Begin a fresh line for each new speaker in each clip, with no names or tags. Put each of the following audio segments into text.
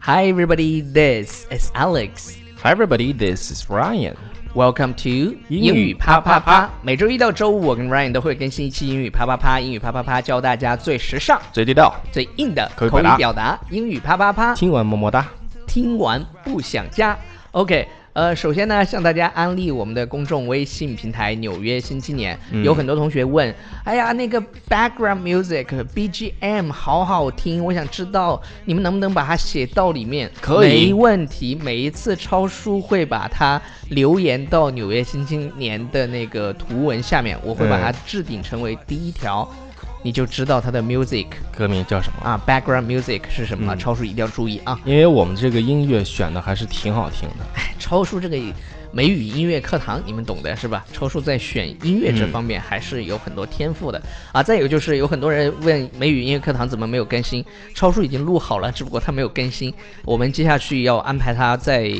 Hi, everybody. This is Alex.
Hi everybody, this is Ryan.
Welcome to 英语啪啪啪。每周一到周五，我跟 Ryan 都会更新一期英语啪啪啪。英语啪啪啪教大家最时尚、
最地道，
最硬的
口语
口
表
语
达
表达。英语啪啪啪，
听完么么哒。
听完不想加。OK。呃，首先呢，向大家安利我们的公众微信平台《纽约新青年》
嗯
有很多同学问，哎呀，那个 background music BGM 好好听，我想知道你们能不能把它写到里面？
可以
没问题。每一次超叔会把它留言到《纽约新青年》的那个图文下面，我会把它
嗯
置顶成为第一条，你就知道它的 music
歌名叫什么？
啊，background music 是什么了。
嗯
超叔一定要注意啊。
因为我们这个音乐选的还是挺好听的。
超叔这个美语音乐课堂，你们懂的是吧？超叔在选音乐这方面还是有很多天赋的、啊。再有就是有很多人问美语音乐课堂怎么没有更新，超叔已经录好了，只不过他没有更新。我们接下去要安排他在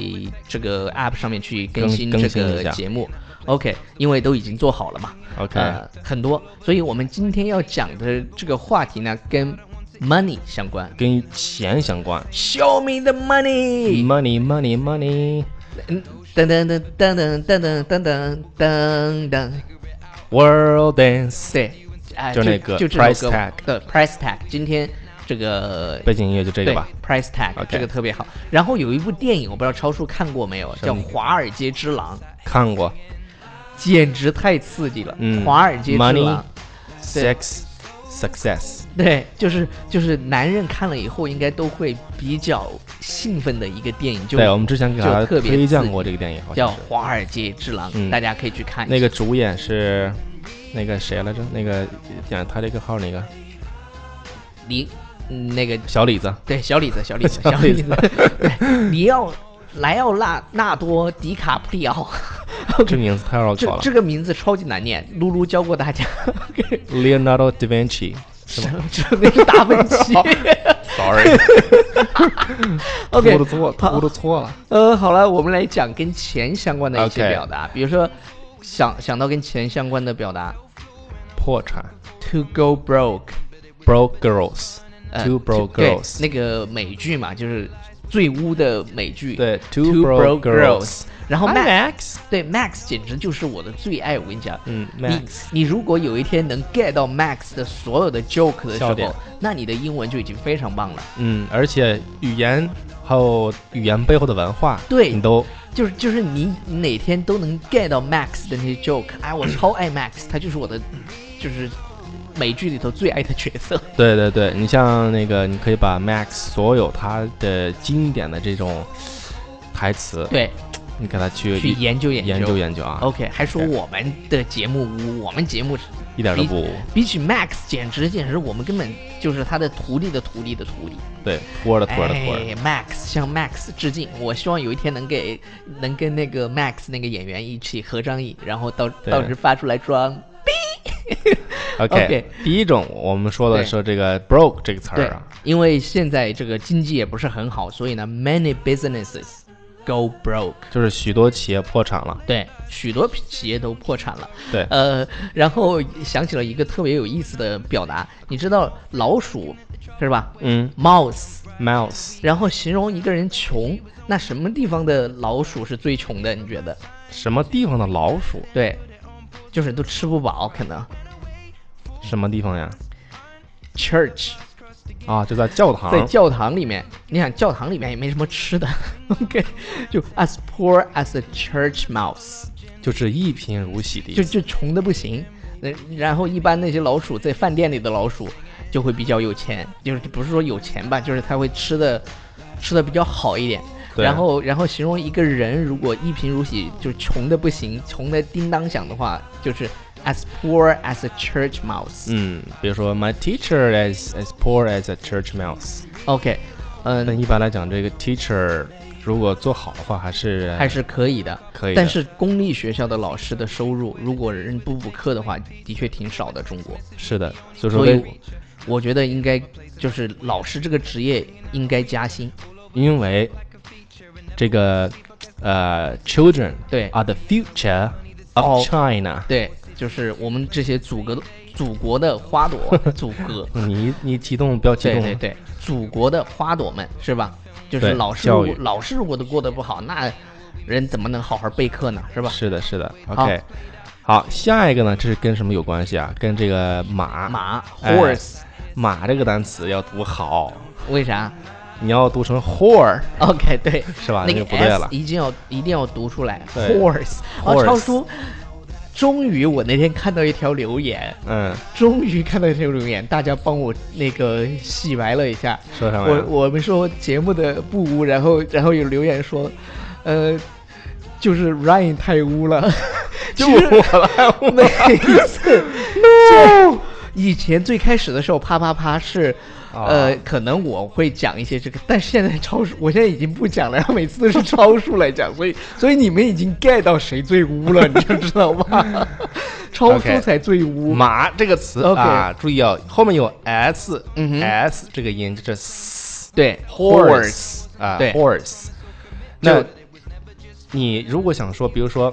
这个 App 上面去更新
更
这
更新
个
一下
节目。OK，因为都已经做好了嘛。
OK，、
呃，很多，所以我们今天要讲的这个话题呢，跟 money 相关。
跟钱相关。
Show me the money。
Money, money, money。
嗯，噔噔噔噔噔噔噔噔噔噔，
World dance。
对，哎，
就那个
就这
price
首歌
tag
对 price tag，今天这个
背景音乐就这个
对
吧。
price tag
OK
这个特别好。然后有一部电影，我不知道超叔看过没有，
什
叫
么
《华尔街之狼
看过。》，
简直太刺激了。
嗯
华尔街之狼
Money
对
Sex, success。
对，就是就是男人看了以后应该都会比较兴奋的一个电影，就
对，我们之前给
就
大家
特别刺
推荐
激
过这个电影，好
叫
像
《
是。
华尔街之狼》，
嗯
大家可以去看一下
那个主演是那个谁来着？那个演他这个号那个
离嗯那个
小 李子。
对，小李子，小李子，
小
小李
李
子， 对，里奥莱奥纳纳多迪卡普里奥，
这名字太绕口
这
了。
这个名字超级难念，露露教过大 家，
Leonardo da Vinci。
什么？这那是达芬奇。
Sorry。
OK，
的错，
好
我的错了。
呃，好了，我们来讲跟钱相关的一些
OK
表达，比如说想想到跟钱相关的表达
破产
，to go broke，
，broke girls，
呃
Two broke
对
girls
那个美剧嘛，就是最污的美剧，
对
，two
，two broke girls。
然后
Hi,
Max
Max，
对 Max 简直就是我的最爱，我跟你讲，
嗯
你
，Max，
你如果有一天能 get 到 Max 的所有的 joke 的时
笑
候
点，
那你的英文就已经非常棒了。
嗯，而且语言还有语言背后的文化，
对
你都
就是就是你哪天都能 get 到 Max 的那些 joke，哎，我超爱 Max，他就是我的，就是美剧里头最爱的角色。
对对对，你像那个，你可以把 Max 所有他的经典的这种台词，
对，
你给他去
去研究研究。哦
研究研究啊，
OK，还说
OK
我们的节目污，我们节目
一点都不
比起 Max 简直简直，我们根本就是他的徒弟的徒弟的徒弟。
对，托着托着托着
哎，Max 向 Max 致敬，我希望有一天能给能跟那个 Max 那个演员一起合张影，然后到
对
到时发出来装。OK
第一种我们说的
对
是这个 broke 这个词
对
儿啊，，
因为现在这个经济也不是很好，所以呢，many businesses go broke。
就是许多企业破产了，
对，许多企业都破产了。
对
呃，然后想起了一个特别有意思的表达，你知道老鼠是吧
嗯
？mouse，
，mouse
然后形容一个人穷，那什么地方的老鼠是最穷的？你觉得？
什么地方的老鼠？
对，就是都吃不饱，可能。
什么地方呀？
Church
啊，就在教堂。
在教堂里面，你想教堂里面也没什么吃的 ，OK，就 as poor as a church mouse，
就是一贫如洗的意
就
思。
就穷的不行。那然后一般那些老鼠在饭店里的老鼠就会比较有钱，就是不是说有钱吧，就是他会吃的吃的比较好一点。
对
然后然后形容一个人如果一贫如洗，就是穷的不行，穷的叮当响的话，就是 as poor as a church mouse。
嗯，比如说，My teacher is as poor as a church mouse。
OK，嗯、
但一般来讲，这个 teacher 如果做好的话，还是
还是可以的，
可以的
但是公立学校的老师的收入，如果人不补课的话，的确挺少的。中国，
是的。所以说
所以
为，
我觉得应该就是老师这个职业应该加薪。
因为这个呃，children
对
are the future
哦
of China。
对，就是我们这些祖国的祖国的花 朵，祖歌，
你你激动不要激
对
动，
对对，祖国的花朵们是吧？就是
对
老师
教
如
育
果老师如果都过得不好，那人怎么能好好备课呢？是吧？
是的，是的
好
，OK。好，下一个呢，这是跟什么有关系啊？跟这个马
马
哎
horse，、
马这个单词要读好，
为啥
你要读成 whore
？OK，对，
是吧？
那
就
个
不对
S E
了。
一定要一定要读出来
对
，horse。啊，
Horse
超叔，终于我那天看到一条留言，
嗯，
终于看到一条留言，大家帮我那个洗白了一下。
说什么呀？
我我们说节目的不污，然后然后有留言说，呃，就是 Ryan 太污 了，
就
其实
我来，我
每一 次 no。以前最开始的时候，啪啪啪是，
啊
呃，可能我会讲一些这个，但是现在超叔，我现在已经不讲了，然后每次都是超叔来讲，所以所以你们已经 get 到谁最污了，你就知道 吧？超叔
OK
才最污
马这个词
OK
啊，注意啊，后面有 s
嗯哼
s 这个音，就是 s
对
horse 啊
对
horse。那
就
你如果想说，比如说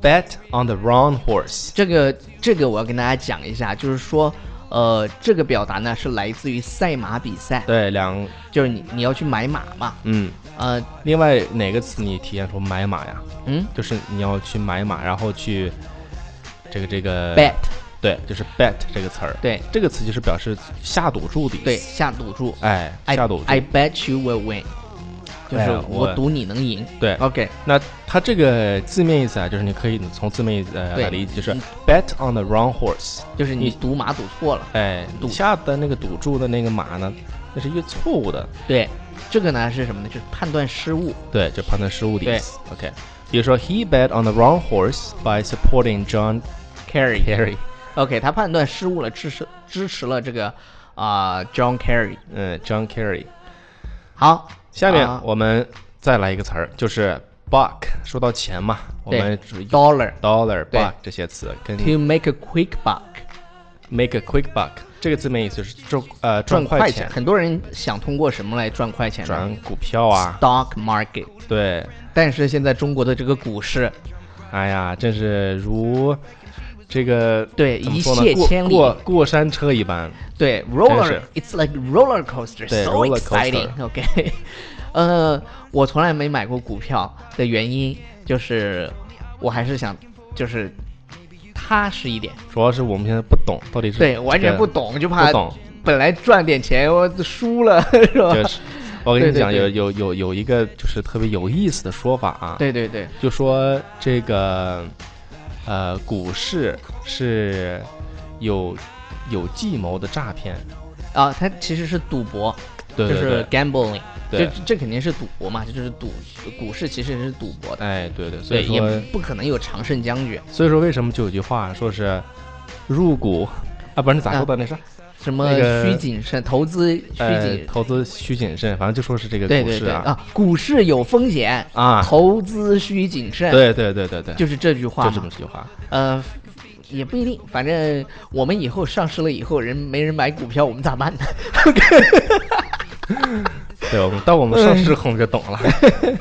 bet on the wrong horse，
这个这个我要跟大家讲一下，就是说，呃，这个表达呢是来自于赛马比赛，
对两
就是你你要去买马嘛，
嗯，
呃，
另外哪个词你体现出买马呀？
嗯
就是你要去买马，然后去这个这个
，bet，
对，就是 bet 这个词儿，
对
这个词就是表示下赌注的意思。
对，，下赌注
哎，
，I
下赌注。
I bet you will win，就是
哎
我
我
赌你能赢。
对
OK，
那它这个字面意思啊，就是你可以从字面意思呃
对
来理解，就是
嗯
bet on the wrong horse，
就是你
你
赌马赌错了。
哎，
赌
你下的那个赌注的那个马呢，那是一个错误的，
对，这个呢是什么呢？就是判断失误。
对，就判断失误的意思。OK，比如说 he bet on the wrong horse by supporting John
Carry
Kerry，
OK，他判断失误了，支持支持了这个啊、John Kerry。
嗯，John Kerry。
好，
下
啊
面我们再来一个词儿，就是 buck。说到钱嘛，我
对
们注意
，dollar
dollar
对
buck 这些词跟
to make a quick buck。
make a quick buck 这个字面意思就是赚呃
赚
快
钱。很多人想通过什么来赚快钱呢？
转股票啊，
stock market。
对，
但是现在中国的这个股市，
哎呀，真是如这个
对
怎么说呢
一泻
过
千里
过过山车一般，
对
是
roller，it's like roller coaster，
对
so
roller
exciting。OK，呃，我从来没买过股票的原因就是，我还是想就是踏实一点。
主要是我们现在不懂到底是
对，完全
这
不
个
懂，就怕
不懂，
本来赚点钱我输了，是吧？
就是我跟
对
你
对
讲，有
对
有有有一个就是特别有意思的说法啊，
对对对，
就说这个呃股市是有有计谋的诈骗，
啊，它其实是赌博，
对对
就
对，
是 gambling，
对
这这肯定是赌博嘛，这就是赌股市其实是赌博的，
哎对对，所
对，
以
也
说
不可能有常胜将军，
所以说为什么就有句话说是入股啊，不是咋说的那是？
什么
那个
需谨慎，投资需
呃，
谨，
投资需谨慎，反正就说是这个
对
股
对
市
对
啊
啊，股市有风险，
啊，
投资需谨慎，，
对对对对对，
就是这句话
就这
嘛
么，句话。
呃。也不一定，反正我们以后上市了以后，人没人买股票，我们咋办呢？
对，我们到我们上市后我们就懂了，
嗯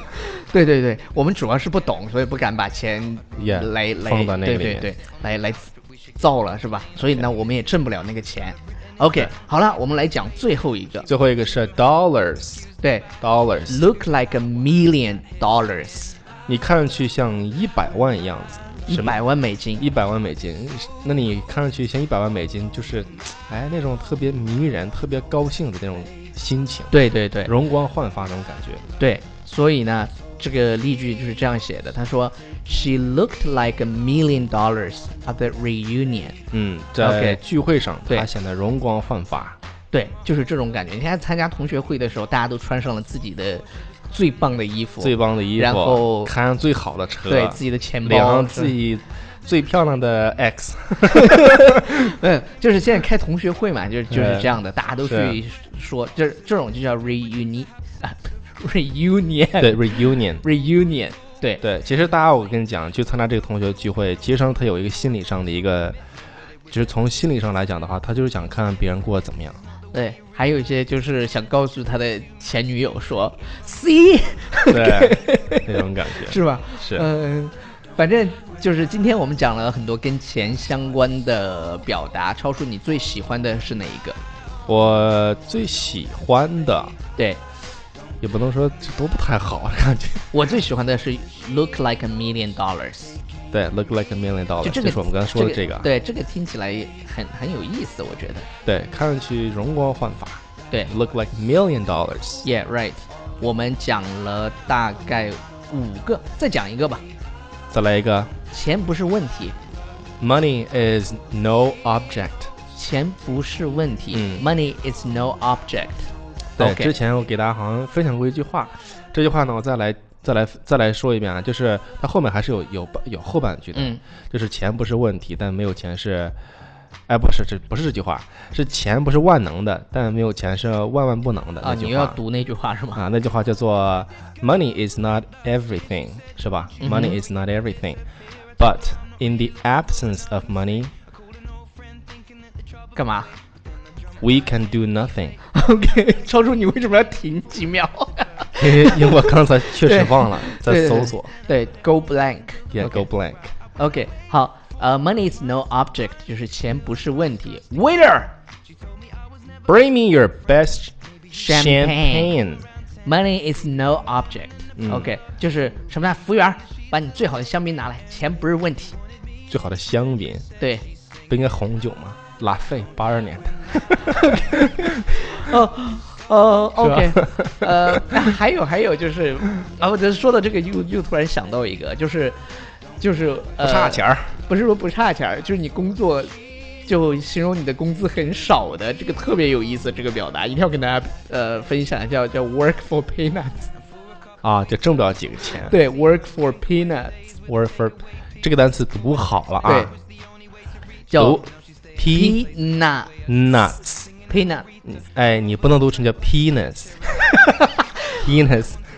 对对对，我们主要是不懂，所以不敢把钱
Yeah，
来来
放到那
对
个里
对
面
对，来来造了是吧？所以呢，我们也挣不了那个钱。OK，
对
好了，我们来讲最后一个，
最后一个是 dollars
对
dollars，
，look like a million dollars，
你看上去像一百万一样子，
一
什么
百万美金。
一百万美金，那你看上去像一百万美金，就是，哎，那种特别迷人、特别高兴的那种心情，
对对对
容光焕发那种感觉。
对，所以呢，这个例句就是这样写的，他说，She looked like a million dollars at the reunion。
嗯，
OK
在聚会上，
对
他显得容光焕发。
对，就是这种感觉。你看参加同学会的时候，大家都穿上了自己的最棒的衣服，
最棒的衣服，
然后
开上最好的车，
对自己的钱
领
包，
上自 己最漂亮的 X，
嗯，就是现在开同学会嘛，就是就是
哎
这样的，大家都去
是
说，这这种就叫 reunion 啊，reunion
对 reunion。
reunion 对
对，其实大家，我跟你讲，去参加这个同学聚会，其实上他有一个心理上的一个，就是从心理上来讲的话，他就是想看看别人过得怎么样。
对，还有一些就是想告诉他的前女友说，see
对，那种感觉
是吧？
是
嗯、反正就是今天我们讲了很多跟钱相关的表达。超叔，你最喜欢的是哪一个？
我最喜欢的
对
也不能说这都不太好，感觉
我最喜欢的是 “Look like a million dollars”，
对，look like a million
就
dollar，
这个
是我们刚才说的
这
这个，
对，这个啊听起来很很有意思，我觉得。
对，看上去容光焕发
对
，look like a million dollars，
，Yeah right，我们讲了大概五个，再讲一个吧。
再来一个
钱不是问题，
，money is no object，
钱不是问题、
嗯
m o n e y is no object。
对
OK
之前我给大家好像分享过一句话，这句话呢，我再来再来再来说一遍啊，就是它后面还是有有有后半句的，
嗯，
就是钱不是问题，但没有钱是，哎，不是，这不是这句话，是钱不是万能的，但没有钱是万万不能的
啊，
那句
你
话
又要读那句话是吗？
啊，那句话叫做 “Money is not everything”，是吧、
嗯哼
m o n e y is not everything，but in the absence of money,
干嘛
we can do nothing。
？OK，超叔，你为什么要停几秒？
因为因为我刚才确实忘了，在
对
搜索，
对，go blank。
也 go blank。
OK，好，呃、m o n e y is no object，就是钱不是问题。Waiter。
Bring me your best
Champagne
champagne。
Money is no object、
嗯
OK，就是什么呢？服务员，把你最好的香槟拿来，钱不是问题。
最好的香槟
对，
不应该红酒吗？拉菲，八二年的。
哦，哦，OK，
是吧
呃，那还有还有就是，啊，我这说到这个又又突然想到一个，就是就是
不差钱，儿，
呃不是说不差钱儿，就是你工作。就形容你的工资很少的，这个特别有意思，这个表达一定要跟大家呃分享一下，叫 work for peanuts
啊，就挣不了几个钱。
对。work for peanuts，
，word for 这个单词读好了
对
啊，，
叫
读 p
peanut
nuts。
peanut。
哎，你不能读成叫 penis，penis，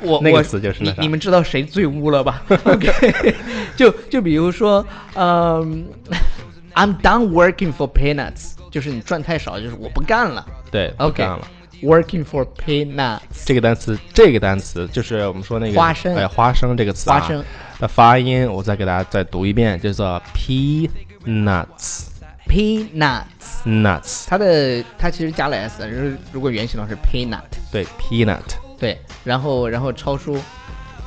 我
那
我
个词就是那
你
啥
你们知道谁最污了 吧？OK，就就比如说，嗯、i m done working for peanuts，就是你赚太少，就是我不干了。
对不
OK，
干了。
working for peanuts，
这个单词，这个单词就是我们说那个
花生
哎，花生这个词、啊，
花生
的发音，我再给大家再读一遍，叫做 peanuts，nuts，
peanuts，它的它其实加了 s，就是如果原型的话是 peanut，
对，peanut
对，然后然后超叔，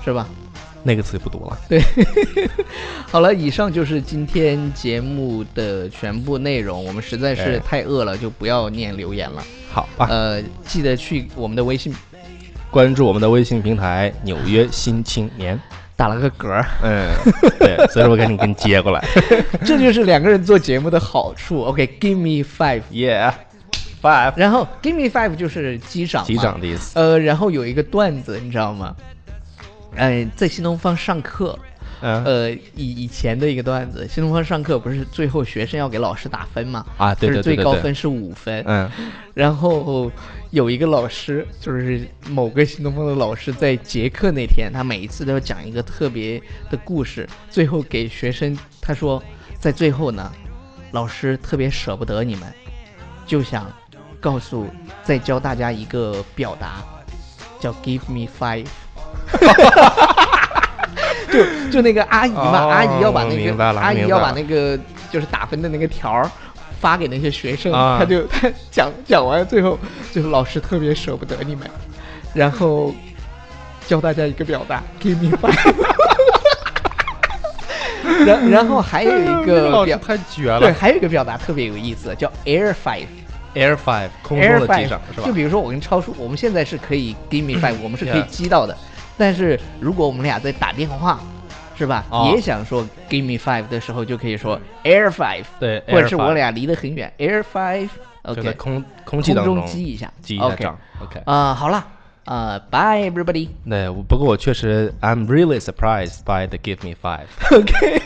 是吧？
那个词就不读了。
对，好了，以上就是今天节目的全部内容。我们实在是
哎啊
太饿了，就不要念留言了。
好吧，
呃，记得去我们的微信
关注我们的微信平台《纽约新青年》。
打了个嗝儿，
嗯，对，所以说我赶紧给你接过来。
这就是两个人做节目的好处。OK，give、me five，
Yeah，five，
然后 give me five 就是击掌，
击掌。的意思。
呃，然后有一个段子，你知道吗？哎、在新东方上课，
嗯、
呃，以以前的一个段子，新东方上课不是最后学生要给老师打分吗？
啊，对
就是
对
最
对对
高
对，
分是五分，
嗯，
然后有一个老师，就是某个新东方的老师，在结课那天，他每一次都要讲一个特别的故事，最后给学生他说，在最后呢，老师特别舍不得你们，就想告诉再教大家一个表达，叫 “give me five”。就就那个阿姨嘛，
哦
阿姨要把
我
那
明
个
白了
阿姨
明
要
白
把
了
那个就是打分的那个条儿发给那些学生，
啊
他就他讲讲完了，最后最后老师特别舍不得你们，然后教大家一个表达，give me five。然然后还有
哎
一个 表，
太绝
对，还有一个表达特别有意思，叫 air five。
，air five 空
air
中的
five
击掌是吧
就？比如说我跟超叔，我们现在是可以 give me five，我们是 可以击到的。但是如果我们俩在打电话，是吧？
哦
也想说 give me five 的时候，就可以说 air five，
对，
或者是
air
我
five
俩离得很远，air five。
就在
OK，
空空气
空
当
中
中
击一下
击一下
，OK，
掌。OK，
啊，好了，呃，bye everybody。
对，我不过我确实，I'm really surprised by the give me five。
OK，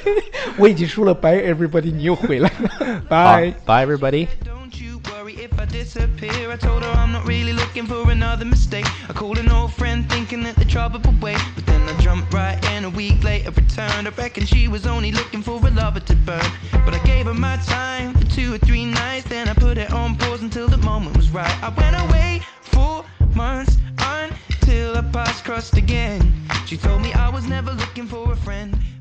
我已经输了，bye everybody，你又回来 了，bye。
Bye everybody。
Don't you worry if I disappear. I told her I'm not really looking for another mistake. I called an old friend thinking that the trouble would wait. But then I jumped right in a week later, returned. I reckon she was only looking for a lover to burn. But I gave her my time for two or three nights. Then I put it on pause until the moment was right. I went away for months until our paths crossed again. She told me I was never looking for a friend.